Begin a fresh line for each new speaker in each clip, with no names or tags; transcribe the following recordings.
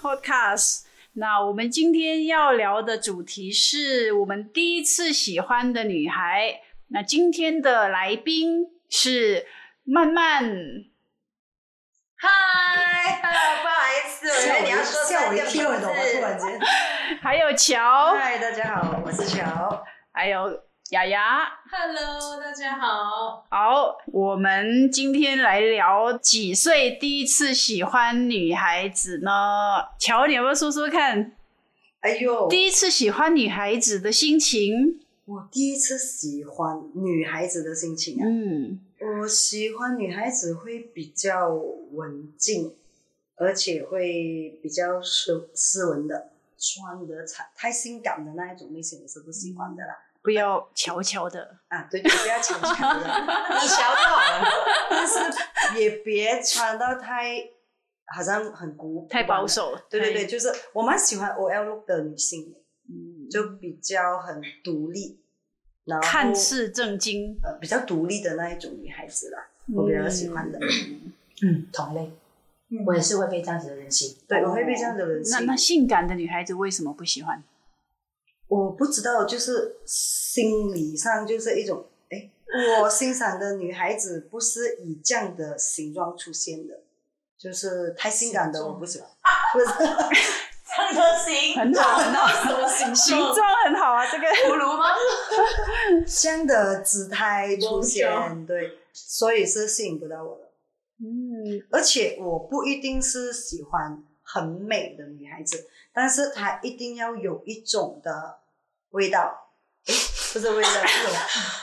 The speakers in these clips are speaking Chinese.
Podcast。那我们今天要聊的主题是我们第一次喜欢的女孩。那今天的来宾是曼曼，
嗨，哎不好意思，我觉
吓
得
我
你要说
一吓我一
三
跳，你
个
懂吗？
字
突然间，
还有乔，
嗨，大家好，我是乔。
还有雅雅。
Hello，大家好。
好，我们今天来聊几岁第一次喜欢女孩子呢？乔，你要不要说说看，
哎呦，
第一次喜欢女孩子的心情？
我第一次喜欢女孩子的心情啊！
嗯
我喜欢女孩子会比较文静，而且会比较斯斯文的，穿的太太性感的那一种类型我是不喜欢的
嗯
啦。
不要悄悄的，
啊，对对，不要强强的， 你小懂， 但是也别穿到太好像很古啊
太保
板了。
守。
对对
太
对，，就是我蛮喜欢 OL look 的女性的。
嗯
就比较很独立，然后
看似正经，
呃比较独立的那一种女孩子啦，我比较喜欢的。
嗯，同类，我也是会被这样子的人吸引。哦
对，我会被这样的人吸
那
引
那性感的女孩子为什么不喜 欢？
我不知道，就是心理上就是一种，哎，我欣赏的女孩子不是以这样的形状出现的，就是太性感的我不喜欢，不是
这样都行，
很好很好
什么 形
形状很好啊，这个
葫芦吗？
这样的姿态出
蒙
现，对，所以是吸引不到我的。
嗯
而且我不一定是喜欢很美的女孩子，但是她一定要有一种的味道，诶不是味道，是种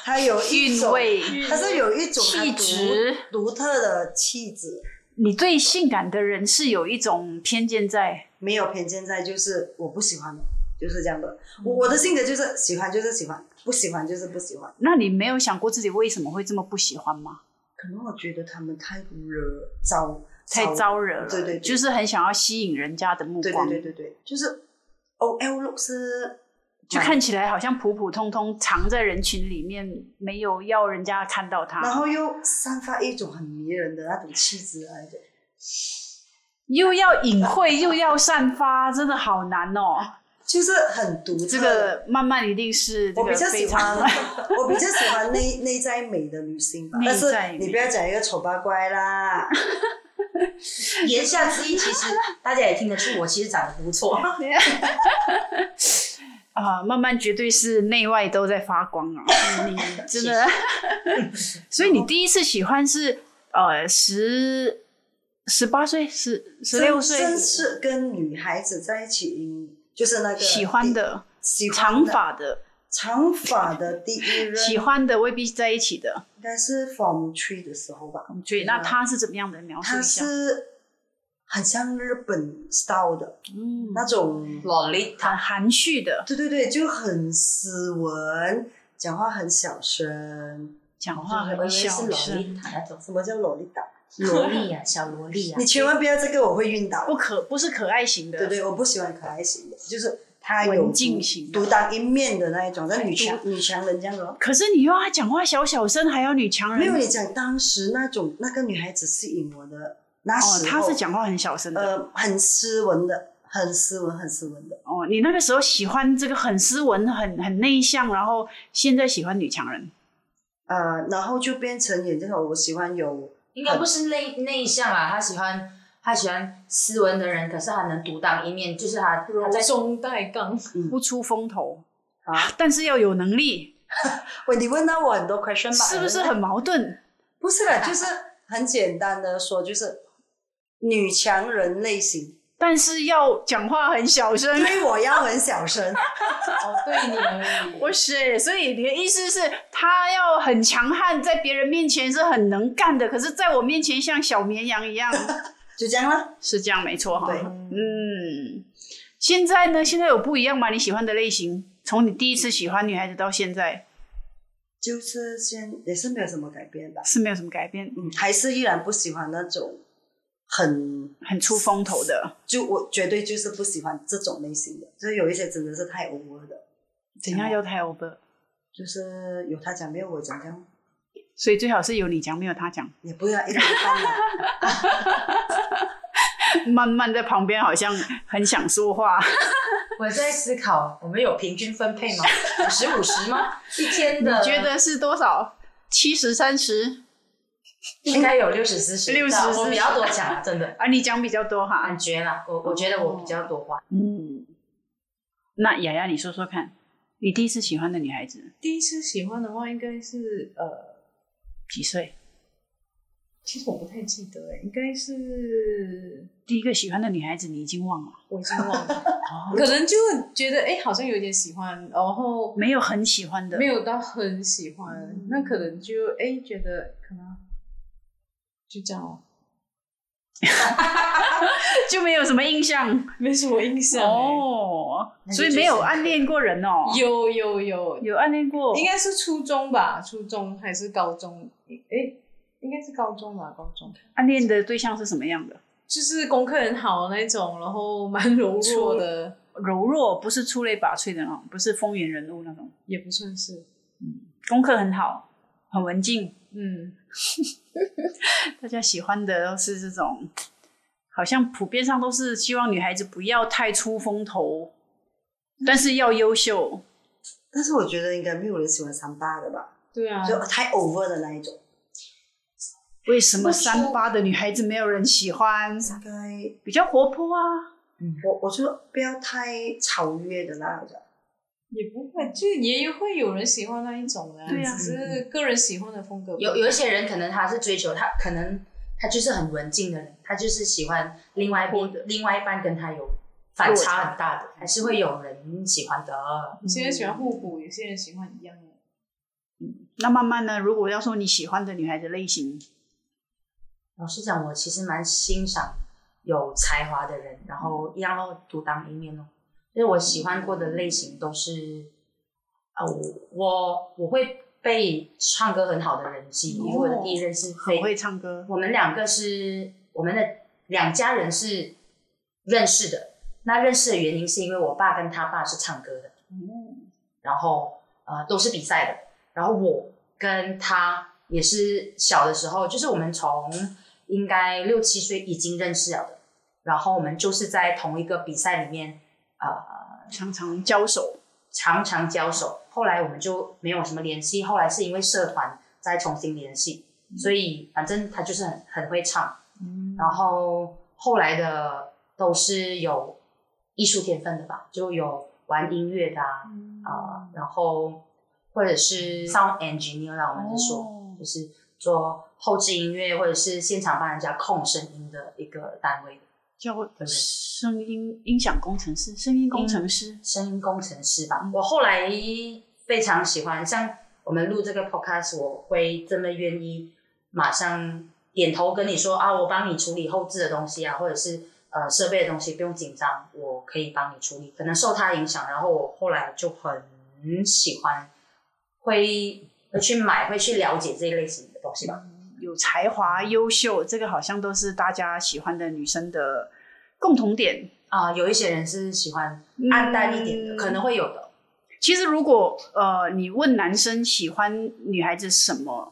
她有一
韵
种，
味。
她是有一种她
气质
独独特的气质。
你对性感的人是有一种偏见在，
没有偏见在，就是我不喜欢的，就是这样的。
嗯
我我的性格就是喜欢就是喜欢，不喜欢就是不喜欢。
那你没有想过自己为什么会这么不喜欢吗？
可能我觉得他们太惹招，
太招惹了，
对对对
就是很想要吸引人家的目
对
光，
对对对对，就是 O L look 是
就看起来好像普普通通，藏在人群里面，没有要人家看到
然
他，
后又散发一种很迷人的那种气质来着。
又要隐晦又要散发，真的好难哦。
就是很独特。
这个慢慢一定是这
我
个
比较
非
喜
常
欢， 我比较喜欢内内在美的女性吧。
内
但是
在美
你不要讲一个丑八怪啦，
言下之意，其实大家也听得出，我其实长得不错。
啊，慢慢绝对是内外都在发光啊！你真的，所以你第一次喜欢是呃十十八岁、十十六岁
真是跟女孩子在一起，嗯就是那个
喜欢的
喜欢
长
的
发的，
长发的第一任，
喜欢的未必在一起的。
应该是 Form Three 的时候吧。
所以那他是怎么样的描述
她
一下？
啊是很像日本 style 的
嗯，
那种
萝莉塔，
很含蓄的
对对对，就很斯文，讲话很小声。
讲话，
我以为
很
是
小
萝
声，
莉塔 那种
什么叫萝莉 达？
萝莉啊，小萝莉啊
你，千万不要这个，我会晕倒。
不可不是可爱型的，
对对，我不喜欢可爱型的，就是她有
文静型的
独当一面的那一种，那女强
哎
女强人这样的哦。
可是你又要讲话小小声，还要女强人，哦
没有你讲当时那种那个女孩子吸引我的那
哦，
时
他
候，
是讲话很小声的。
呃很斯文的，很斯文，很斯文的。
哦，你那个时候喜欢这个很斯文、很很内向，然后现在喜欢女强人，
呃，然后就变成也就是我喜欢有
应该不是内内向啊，她喜欢她喜欢斯文的人，可是她能独当一面，就是她她在
中带杠，
不出风头，
啊，
但是要有能力，
喂，你问到我很多 question 吧？
是不是很矛盾？
不是啦，就是很简单的说，就是女强人类型。
但是要讲话很小声。
对我要很小声，
哦，对你而已。
不是，所以你的意思是，他要很强悍，在别人面前是很能干的，可是在我面前像小绵羊一 样，
就这样啦。
是这样没错哈。
对
嗯，现在呢？现在有不一样吗？你喜欢的类型，从你第一次喜欢女孩子到现在，
就是先也是没有什么改变吧，
是没有什么改变，
嗯，还是依然不喜欢那种很，
很出风头的。
就我绝对就是不喜欢这种类型的，就是有一些真的是太 over 的，
怎样要太 over？
就是有他讲没有我讲这样，
所以最好是有你讲，没有他讲。
也不要一人一半啦。
慢慢在旁边好像很想说话，
我在思考，我们有平均分配吗？ 五十五十吗？一天的
你 觉得是多少？七十三十
应该有六十四十，
60
我比较多讲啊， 真的
啊？你讲比较多哈
感，觉啦，我我觉得我比较多话。
嗯。那雅雅，你说说看，你第一次喜欢的女孩子
第一次喜欢的话，应该是呃，
几岁？
其实我不太记得哎，应该是
第一个喜欢的女孩子你已经忘了，
我已经忘了，可能就觉得哎、好像有点喜欢，然后
没有很喜欢的，
没有到很喜欢，那可能就哎、觉得可能就这样哦，
就没有什么印象
没什么印象、哦。
哦，
那就
所以
最
没有
深刻
暗恋过人哦，
有有有，
有暗恋过，
应该是初中吧，初中还是高中？哎，应该是高中吧，高中。
暗恋的对象是什么样的？
就是功课很好的那种，然后蛮柔弱的，
柔弱，不是出类拔萃的那种，不是风云人物那种，
也不算是，
功课很好，很文静，
嗯，
大家喜欢的都是这种，好像普遍上都是希望女孩子不要太出风头，但是要优秀。
但是我觉得应该没有人喜欢三八的吧，
对啊，
就太 over 的那一种，
为什么三八的女孩子没有人喜欢？
大概
比较活泼啊，
我我就不要太超越的那种。
也不会，就也有会有人喜欢那一种的、
对啊
只是个人喜欢的风格不一样。
有有一些人可能他是追求他，可能他就是很文静的人，他就是喜欢另外一边另外一半跟他有反差很大的，还是会有人喜欢的。
有些人喜欢互补，有些人喜欢一样的。
那慢慢呢？如果要说你喜欢的女孩子类型，
老实讲，我其实蛮欣赏有才华的人，然后一样咯，独当一面哦。就是我喜欢过的类型都是，啊、我我我会被唱歌很好的人吸引，因为我的第一任是
很
哦会
会唱歌，
我们两个是我们的两家人是认识的。那认识的原因是因为我爸跟他爸是唱歌的，然后呃都是比赛的。然后我跟他也是小的时候，就是我们从应该六七岁已经认识了的，然后我们就是在同一个比赛里面呃
常常交手。
常常交手。后来我们就没有什么联系，后来是因为社团再重新联系，所以反正他就是很很会唱，嗯然后后来的都是有艺术天分的吧，就有玩音乐的啊，
嗯
啊、然后或者是 sound engineer 啦，我们是说、
哦
就是做后置音乐或者是现场帮人家控声音的一个单位，
叫
对
声音音响工程师、声音工程师，
声音工程师吧。我后来非常喜欢，像我们录这个 podcast，我会真的愿意马上点头跟你说啊，我帮你处理后置的东西啊，或者是呃设备的东西，不用紧张，我可以帮你处理。可能受他影响，然后我后来就很喜欢，会会去买，会去了解这一类型的东西吧。
有才华、优秀，这个好像都是大家喜欢的女生的共同点。
啊、有一些人是喜欢暗淡一点的，
嗯
可能会有的。
其实，如果呃，你问男生喜欢女孩子什么，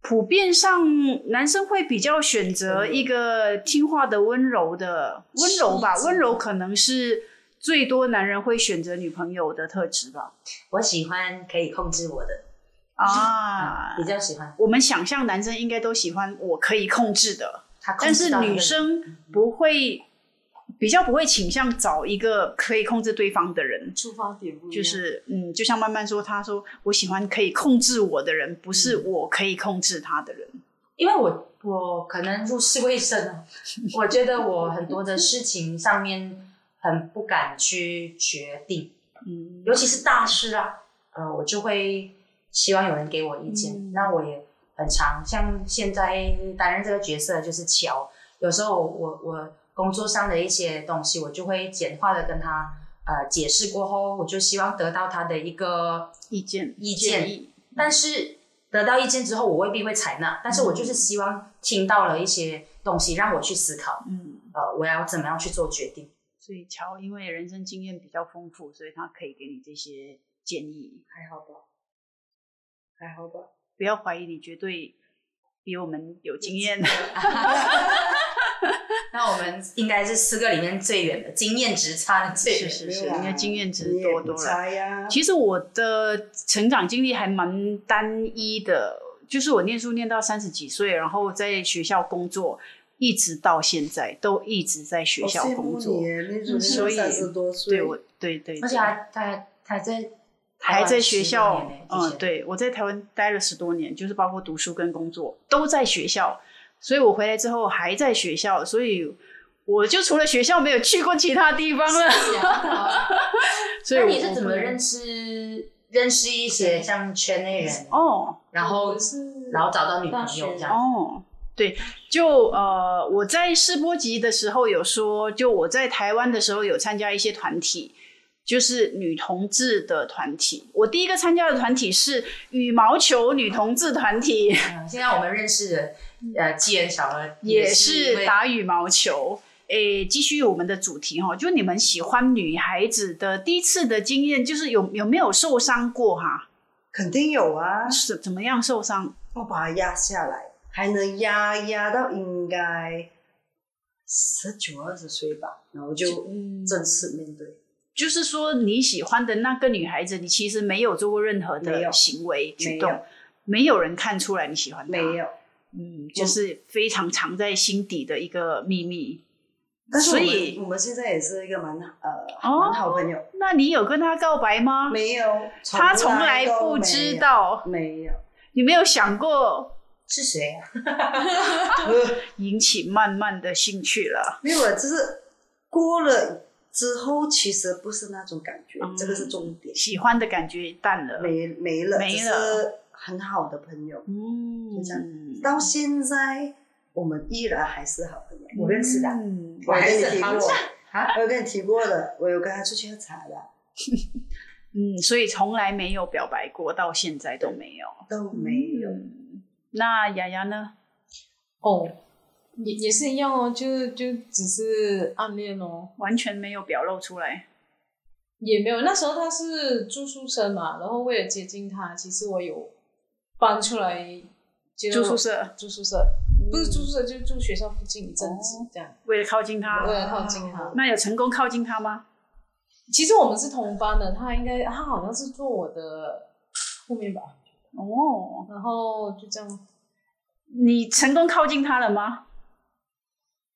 普遍上男生会比较选择一个听话的、温柔的，温柔吧，
是
温柔可能是最多男人会选择女朋友的特质吧。
我喜欢可以控制我的，
啊，
比较喜欢
我们想象男生应该都喜欢我可以控制的，
他控
但
制
是
到那个
女生不会，比较不会倾向找一个可以控制对方的人。
出发点不一样，
就是嗯，就像曼曼说，她说我喜欢可以控制我的人，不是我可以控制他的人。
因为我我可能入世未深哦，我觉得我很多的事情上面很不敢去决定，
嗯，
尤其是大事啊，呃，我就会希望有人给我意见。
嗯
那我也很常像现在担任这个角色就是乔，有时候我我工作上的一些东西，我就会简化的跟他呃解释过后，我就希望得到他的一个
意见
意见
建议，
但是得到意见之后，我未必会采纳，但是我
嗯
就是希望听到了一些东西，让我去思考，
嗯，
呃，我要怎么样去做决定，
所以乔因为人生经验比较丰富，所以他可以给你这些建议。
还好吧？
还好吧。
不要怀疑，你绝对比我们有经验。
那我们应该是四个里面最远的，经验值差的最
是
远。
是
没
是，
有啦
你的经验值多多了。
差呀。
其实我的成长经历还蛮单一的，就是我念书念到三十几岁，然后在学校工作，一直到现在都一直在学
我
校
羡
工
慕
作嗯
你。耶，你怎么
所以
三十多岁？
对，我对对，
而且
对
还还还在
还在学
台
校
湾十，多年
嗯
呢，，
对我在台湾待了十多年，就是包括读书跟工作都在学校，所以我回来之后还在学校，所以我就除了学校没有去过其他地方了。所 以
那
我
你是怎么
我
认识认识一些像圈内人，
哦，
然后
是
然后找到女朋友这样？
哦，对，就呃，我在世波集的时候有说，就我在台湾的时候有参加一些团体，就是女同志的团体。我第一个参加的团体是羽毛球女同志团体，
嗯现在我们认识的呃，纪言小儿
也
是因
是
为
打羽毛球。诶，继续我们的主题哈、哦，就你们喜欢女孩子的第一次的经验，就是有有没有受伤过哈、
肯定有啊，
是怎么样受伤？
我把它压下来，还能压压到应该十九二十岁吧，然后就
嗯
正式面对。
就是说你喜欢的那个女孩子，你其实没有做过任何
没
的
有
行为举
没
动，没
有
有人看出来你喜欢她，
没，有，
嗯，就是非常藏在心底的一个秘密。
但是我们
所以
我们现在也是一个蛮呃、
哦
蛮好朋友，
那你有跟她告白吗？
没有，
她从
来
来
都
不
没
知
有，
道，
没 有，
你没有想过
是谁啊？
引起慢慢的兴趣了。
没有了，就是过了之后，其实不是那种感觉，
嗯
这个是重点，
喜欢的感觉淡了，
没没了，
没
只
了
是很好的朋友，
嗯，
就这样到现在我们依然还是好朋友。
我认识的啊
嗯
我有跟你提
我还
过
是啊
我有跟你提过的，我有跟他出去喝茶的，
嗯，所以从来没有表白过，到现在都没有。
都没有。
嗯那雅雅呢？
哦，也也是一样哦，就就只是暗恋哦，
完全没有表露出来。
也没有。那时候他是住宿生嘛，然后为了接近他，其实我有搬出来就
住宿舍，
住宿舍不是住宿舍，就是住学校附近一阵子这样，
为了靠近他
为，了靠近他。
那有成功靠近他吗？
其实我们是同班的，他应该他好像是坐我的后面吧，
哦，
然后就这样，
你成功靠近他了吗？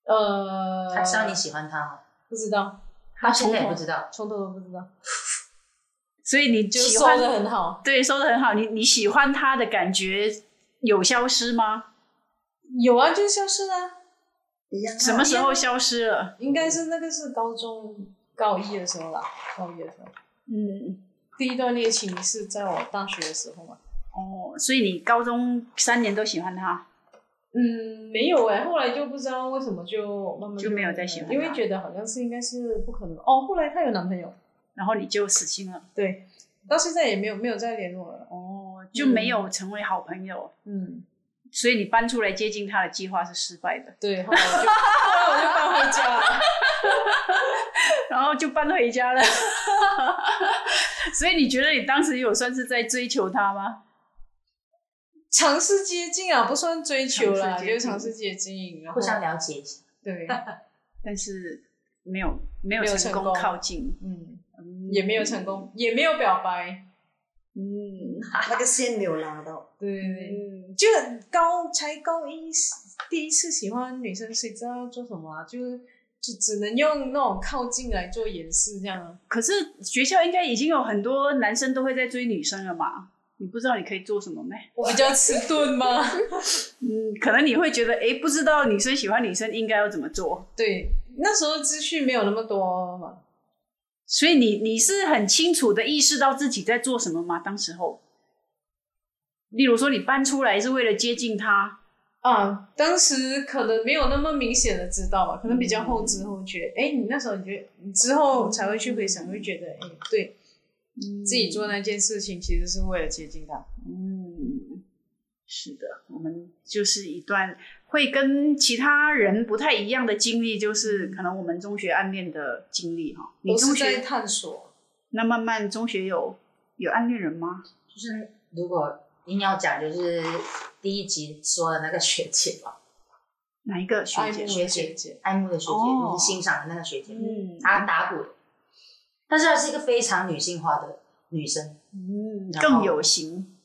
呃，
他知道你喜欢他吗？
不知道，
他现在也不知道。
从头都不知道，
所以你
就
喜
收
欢
的很好，
对，收的很好。你你喜欢他的感觉有消失吗？
有啊，就消失了。
一样啊
什么时候消失了？
应该是那个是高中高一的时候啦，高一的时候，
嗯，
第一段恋情是在我大学的时候嘛。
哦，所以你高中三年都喜欢他，
嗯，没有哎、后来就不知道为什么就慢慢
就没有再喜欢他
因为觉得好像是应该是不可能哦。后来她有男朋友，
然后你就死心了。
对，到现在也没有没有再联络了。
哦，就没有成为好朋友，
嗯，
所以你搬出来接近他的计划是失败的，
对，后来我就后来我就 搬回家了。
然后就搬回家了。 所以你觉得你当时有算是在追求他吗？
尝试接近啊，不算追求啦，
尝试接
就
近
尝试接近，然后
互相了解一下，
对，
但是没有没有
没有
成
成
功
功
靠近，
嗯，也没有成功，也没有表白，
嗯，
那个线没有拉到，
对对对。
嗯，
就高才高一第一次喜欢女生，谁知道做什么啊？就是就只能用那种靠近来做掩饰，这样啊。
可是学校应该已经有很多男生都会在追女生了吧？你不知道你可以做什么咩？
我比较迟钝吗？
嗯，可能你会觉得，诶，不知道女生喜欢女生应该要怎么做，
对，那时候资讯没有那么多嘛。
所以你你是很清楚的意识到自己在做什么吗？当时候，例如说你搬出来是为了接近他，
啊，当时可能没有那么明显的知道吧，可能比较后知后觉。哎、你那时候你觉得，你之后才会去回想，会觉得，哎、对
嗯
自己做那件事情其实是为了接近他。
嗯，是的，我们就是一段会跟其他人不太一样的经历，
嗯
就是可能我们中学暗恋的经历哈。你
都是
中
在
学
探索，
那慢慢中学有有暗恋人吗？
就是如果硬要讲，就是第一集说的那个学姐吧，
哪一个学
爱
姐
慕？
学
的
姐
学姐，
爱慕的学姐，
哦
就是欣赏的那个学姐，
嗯
她打鼓的，但是她是一个非常女性化的女生，
嗯
然后嗯
更有型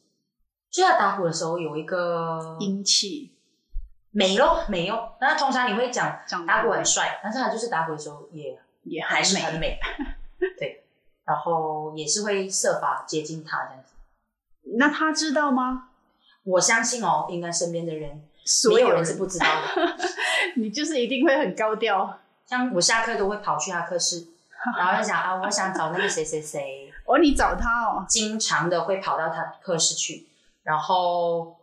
就她打鼓的时候有一个
英气，
美咯美哦，那通常你会讲
长得
打鼓很帅，但是她就是打鼓的时候也
也
还
还
是很
美，
美，对，然后也是会设法接近她这样子。
那她知道吗？
我相信哦，应该身边的人
所
没
有
有人是不知道的。
你就是一定会很高调。
像我下课都会跑去他课 室，然后就想啊，我想找那个谁谁谁，
哦，你找她哦，
经常的会跑到他课室去，然后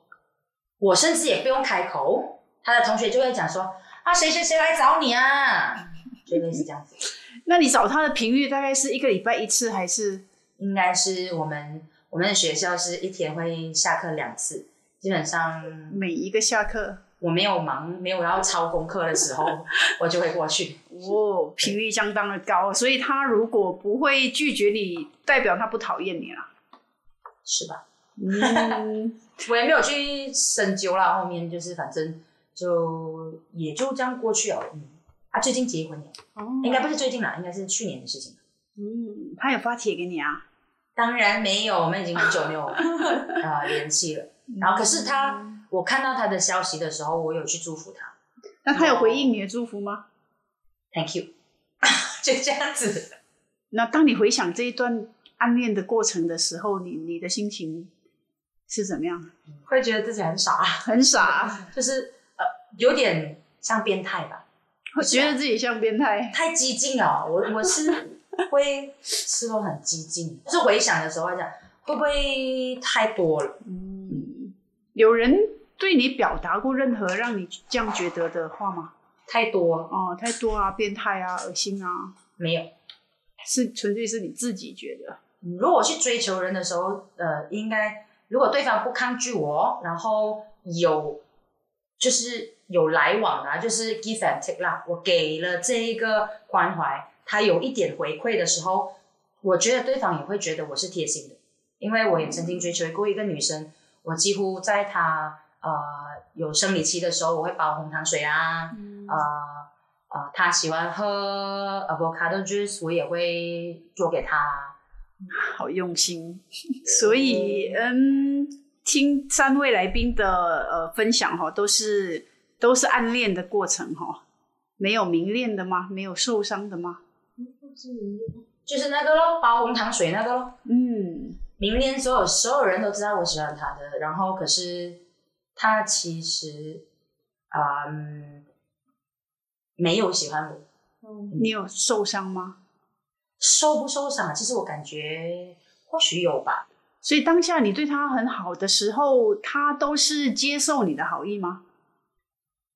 我甚至也不用开口，他的同学就会讲说啊，谁谁谁来找你啊，就类似这样子。
那你找她的频率大概是一个礼拜一次还是？
应该是我们我们的学校是一天会下课两次，基本上
每一个下课，
我没有忙没有要抄功课的时候，我就会过去。
哦，频率相当的高，所以她如果不会拒绝你，代表她不讨厌你啦。
是吧？
嗯，
我也没有去深究啦，后面就是反正就也就这样过去了。嗯，他、最近结婚了，
哦
应该不是最近啦，应该是去年的事情。
嗯，她有发帖给你啊？
当然没有，我们已经很久没有啊联系了。然后可是他，我看到他的消息的时候，我有去祝福他
那她有回应你的祝福吗？
，Thank you，就这样子。
那当你回想这一段暗恋的过程的时候，你你的心情是怎么样？
会觉得自己很傻，
很 傻，啊
就是呃有点像变态吧。
我觉得自己像变态。
太激进了，我我是会吃都很激进，就是回想的时候会讲会不会太多了？
嗯，有人对你表达过任何让你这样觉得的话吗？
太多
哦，太多啊，变态啊，恶心啊，
没有。
是纯粹是你自己觉得。
嗯如果我去追求人的时候，呃，应该如果对方不抗拒我，然后有就是有来往啊，就是 give and take 啦，我给了这一个关怀，他有一点回馈的时候，我觉得对方也会觉得我是贴心的，因为我也曾经追求过一个女生，我几乎在她呃有生理期的时候，我会煲红糖水啊，呃呃，她喜欢喝呃 avocado juice，我也会做给她。
好用心。所以，嗯，听三位来宾的呃分享哈、都是都是暗恋的过程哈、没有明恋的吗？没有受伤的吗？
就是那个咯，包红糖水那个咯。
嗯，
明年所有所有人都知道我喜欢他的，然后可是他其实，嗯，没有喜欢我，
你有受伤吗？
受不受伤啊？其实我感觉或许有吧，
所以当下你对他很好的时候，他都是接受你的好意吗？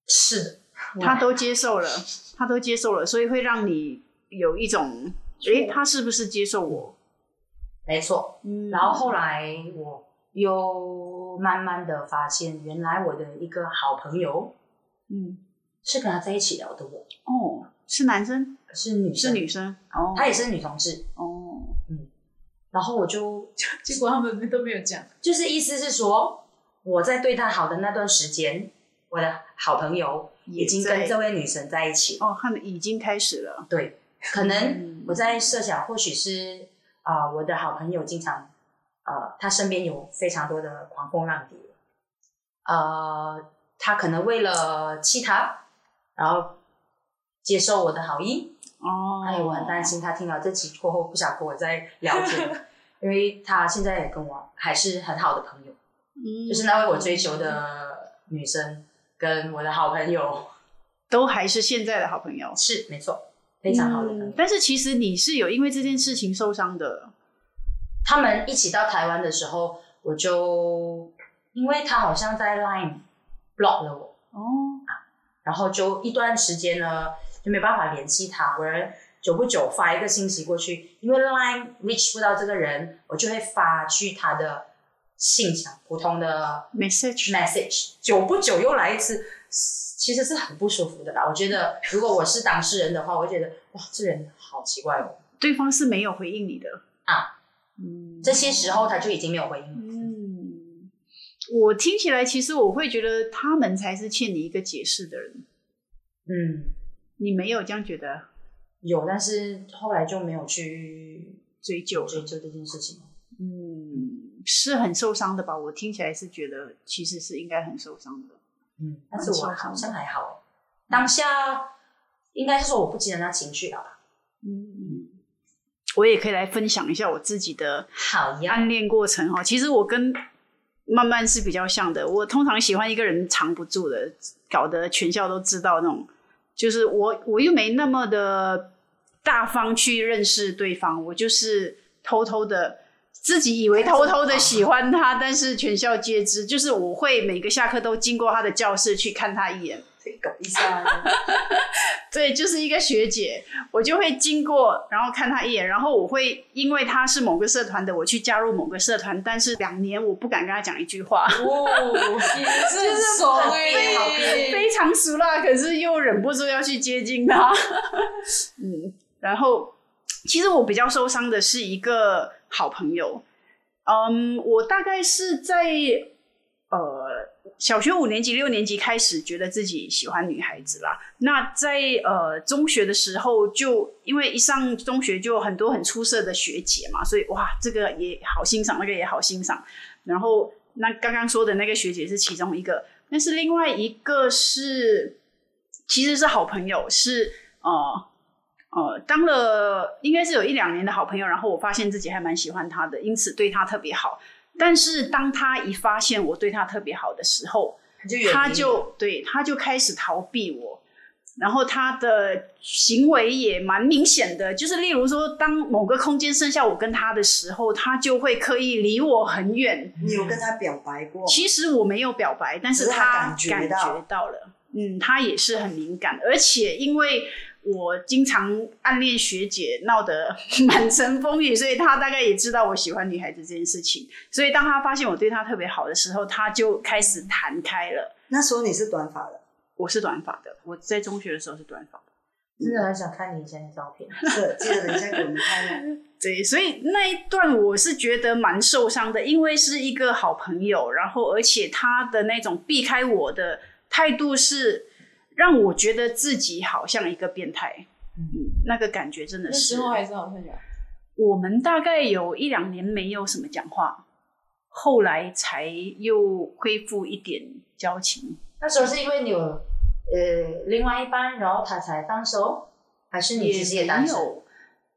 是的，
他都接受了，他都接受了，所以会让你有一种，诶，他是不是接受我？
没错。
嗯
然后后来我又慢慢的发现，原来我的一个好朋友
嗯，
是跟他在一起聊的我，
哦，是男生，
是女
是
生，
女生，哦，
她也是女同志。
哦，
然后我就
结果他们都没有讲，
就是意思是说，我在对他好的那段时间，我的好朋友已经
也
跟
在
这位女神在一起了。
哦，他们已经开始了。
对，可能
嗯
我在设想，或许是啊、呃我的好朋友经常呃，他身边有非常多的狂风浪蝶，呃，他可能为了气他，然后接受我的好意，
哦，
哎，我很担。心他听了这期过后不想跟我再聊天，因为他现在也跟我还是很好的朋友，
嗯
就是那位我追求的女生跟我的好朋友
都还是现在的好朋友，
是没错，非常好的朋友。
嗯但是其实你是有因为这件事情受伤的，
他们一起到台湾的时候，我就因为他好像在 Line block 了我，
哦，
然后就一段时间呢就没办法联系他，我久不久发一个信息过去，因为 Line reach 不到这个人，我就会发去他的信箱，普通的
message
message，久不久又来一次，其实是很不舒服的啦。我觉得如果我是当事人的话，我会觉得哇，这人好奇怪哦。
对方是没有回应你的
啊，
嗯，
这些时候他就已经没有回应了。
嗯，我听起来其实我会觉得他们才是欠你一个解释的人，
嗯，
你没有这样觉得
有，但是后来就没有去
追究
追
了？
究这件事情了。
嗯，是很受伤的吧？我听起来是觉得其实是应该很受伤的。
嗯，但是我好像还好，当下应该是说我不记得那情绪了吧？
嗯，我也可以来分享一下我自己的
好呀，
暗恋过程哈。其实我跟慢慢是比较像的，我通常喜欢一个人藏不住的，搞得全校都知道那种。就是我我又没那么的大方去认识对方，我就是偷偷的。自己以为偷偷的喜欢他，但是全校皆知。就是我会每个下课都经过他的教室去看他一眼，
这搞一下，
对，就是一个学姐，我就会经过，然后看她一眼，然后我会因为她是某个社团的，我去加入某个社团，但是两年我不敢跟她讲一句话，
哦，也是很熟哎、
很好
欸，
非常熟啦，可是又忍不住要去接近她。嗯，然后其实我比较受伤的是一个好朋友，嗯，我大概是在呃小学五年级、六年级开始觉得自己喜欢女孩子啦。那在呃中学的时候就，因为一上中学就有很多很出色的学姐嘛，所以哇，这个也好欣赏，那个也好欣赏。然后那刚刚说的那个学姐是其中一个，但是另外一个是其实是好朋友，是呃呃当了应该是有一两年的好朋友，然后我发现自己还蛮喜欢她的，因此对她特别好。但是当她一发现我对她特别好的时候，
他就远离
他
你
就对他就开始逃避我，然后他的行为也蛮明显的，就是例如说，当某个空间剩下我跟他的时候，他就会刻意离我很远。
你有跟他表白过？
其实我没有表白，但是
只是他
感
感觉到
觉到了，嗯，他也是很敏感，而且因为。我经常暗恋学姐，闹得满城风雨，所以他大概也知道我喜欢女孩子这件事情。所以当他发现我对他特别好的时候，他就开始弹开了。
那时候你是短发的，
我是短发的，我在中学的时候是短发的，
真的很想看你以前的照片。
是记得等一下给我们 看哦。
对，所以那一段我是觉得蛮受伤的，因为是一个好朋友，然后而且他的那种避开我的态度是让我觉得自己好像一个变态，嗯，那个感觉真的
那
是
时候还是好朋友，
我们大概有一两年没有什么讲话，后来才又恢复一点交情，
那时候是因为你有呃另外一班，然后他才放手，还是你其实也
没
单身？
有。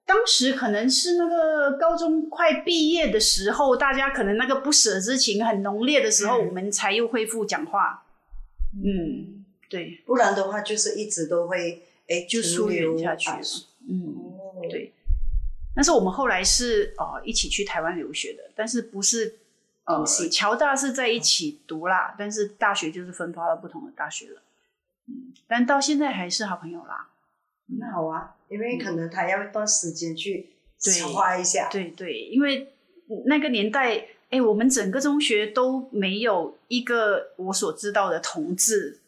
当时可能是那个高中快毕业的时候，大家可能那个不舍之情很浓烈的时候，
嗯
我们才又恢复讲话。嗯，对，
不然的话就是一直都会哎啊
就疏远下去了。嗯，
哦，
对但是我们后来是哦、呃一起去台湾留学的，但是不是呃
同系
乔大是在一起读啦，但是大学就是分发到不同的大学了。嗯，但到现在还是好朋友啦。
那好啊，因为可能他要一段时间去
对
消化一下。
对对，因为那个年代，哎，我们整个中学都没有一个我所知道的同志，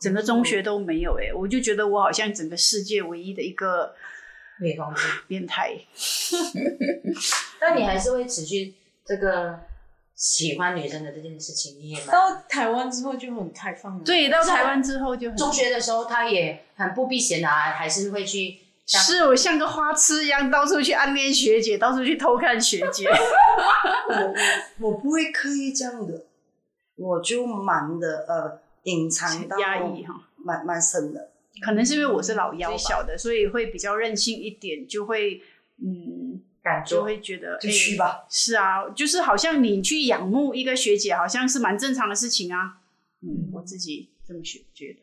整个中
嗯
学都没有，哎，我就觉得我好像整个世界唯一的一个
女同志，
变态。
但你还是会持续这个喜欢女生的这件事情，你也蛮。
到台湾之后就很开放了。
对，到台湾之后就很
中学的时候，他也很不避嫌的、啊，还是会去像
是我像个花痴一样，到处去暗恋学姐，到处去偷看学 姐。
我我我不会刻意这样的，我就蛮的呃隐藏到
压
哦
抑哈，
蛮蛮深的。
可能是因为我是老幺
最
吧，
小
小的，所以会比较任性一点，就会嗯，
感觉
就会觉得
就
哎
去吧
是啊，就是好像你去仰慕一个学姐，好像是蛮正常的事情啊。嗯，我自己这么觉觉得。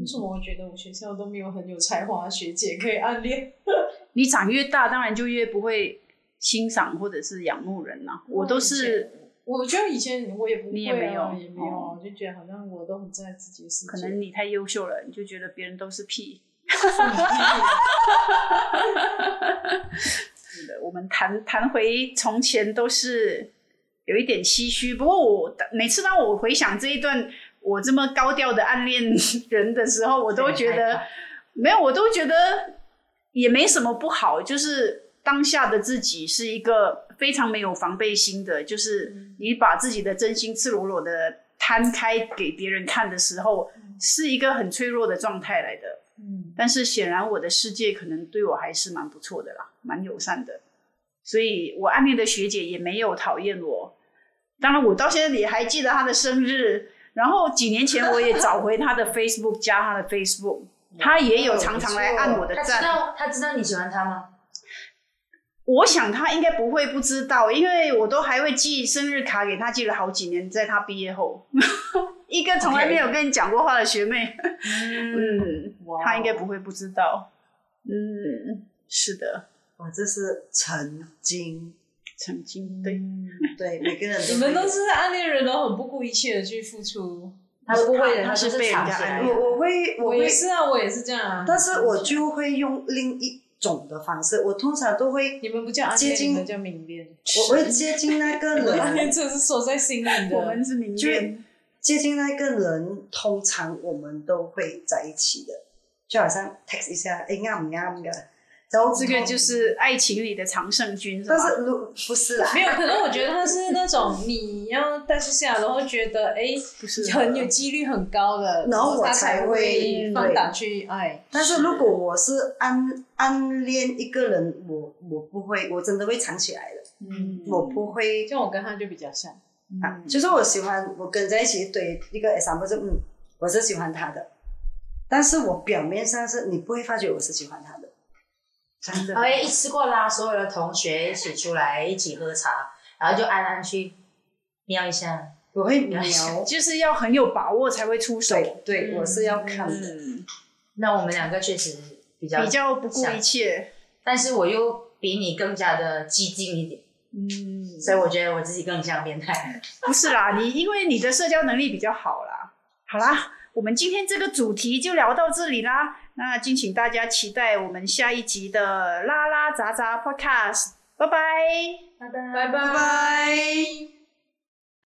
为什么我觉得我学校都没有很有才华的学姐可以暗恋？
你长越大，当然就越不会欣赏或者是仰慕人了、啊我都是
我觉得以前我也不会、啊，
你也没有
也没有啊，
哦
我就觉得好像我都很在自己的世界。
可能你太优秀了，你就觉得别人都是屁。是的，我们谈谈回从前都是有一点唏嘘。不过我每次当我回想这一段我这么高调的暗恋人的时候，我都
对
觉
害
得
怕
没有，我都觉得也没什么不好，就是。当下的自己是一个非常没有防备心的，就是你把自己的真心赤裸裸的摊开给别人看的时候，是一个很脆弱的状态来的。
嗯，
但是显然我的世界可能对我还是蛮不错的啦，蛮友善的，所以我暗恋的学姐也没有讨厌我。当然，我到现在也还记得她的生日，然后几年前我也找回她的 Facebook，加她的 Facebook，她也有常常来按我的
他
赞
知。道他知道你喜欢他吗？
我想他应该不会不知道，因为我都还会寄生日卡给他，寄了好几年，在他毕业后， 一个从来没有跟你讲过话的学妹， 嗯，哦
哇
他应该不会不知道，嗯，是的，
哇，这是曾经，
曾经对，
对每个人都
你们都是暗恋人，然后很不顾一切的去付出。
他不会的，
他
他
是
就是
被人
藏
家
起
暗
来
恋
的。
我我会我
我
会
也是啊，我也是这样啊。
但是我就会用另一种的方式，我通常都会，
你们不叫暗
接
恋，
近
你们叫明恋。
我会接近那个
我暗恋
人，
真的是锁在心里的。
我们是明
就
恋，
接近那个人，通常我们都会在一起的，就好像 text 一下，哎啱唔啱嘅，然后
这个就是爱情里的常胜军，是吧
但？是如不是啦，
没有，可能我觉得他是那种你要带出下，然后觉得哎，
不是
很有几率很高的，
然后我
他
才
才
会
放胆去爱。
但是如果我是暗暗恋一个人，我我不会，我真的会藏起来的，
嗯，
我不会
像我跟他就比较像。
嗯
啊，就是我喜欢我跟在一起对一个 example 是嗯，我是喜欢他的，但是我表面上是你不会发觉我是喜欢他的，真的
啊
然后一次过拉所有的同学一起出来一起喝茶，然后就安安去瞄一下。
我会瞄，
就是要很有把握才会出手，
对对，我是要看的，
嗯，
那我们两个确实比较
比，较不顾一切，
但是我又比你更加的激进一点，
嗯，
所以我觉得我自己更像变态。
不是啦，你因为你的社交能力比较好啦。好啦，我们今天这个主题就聊到这里啦。那敬请大家期待我们下一集的拉拉杂杂 Podcast。拜拜。
拜拜
拜拜。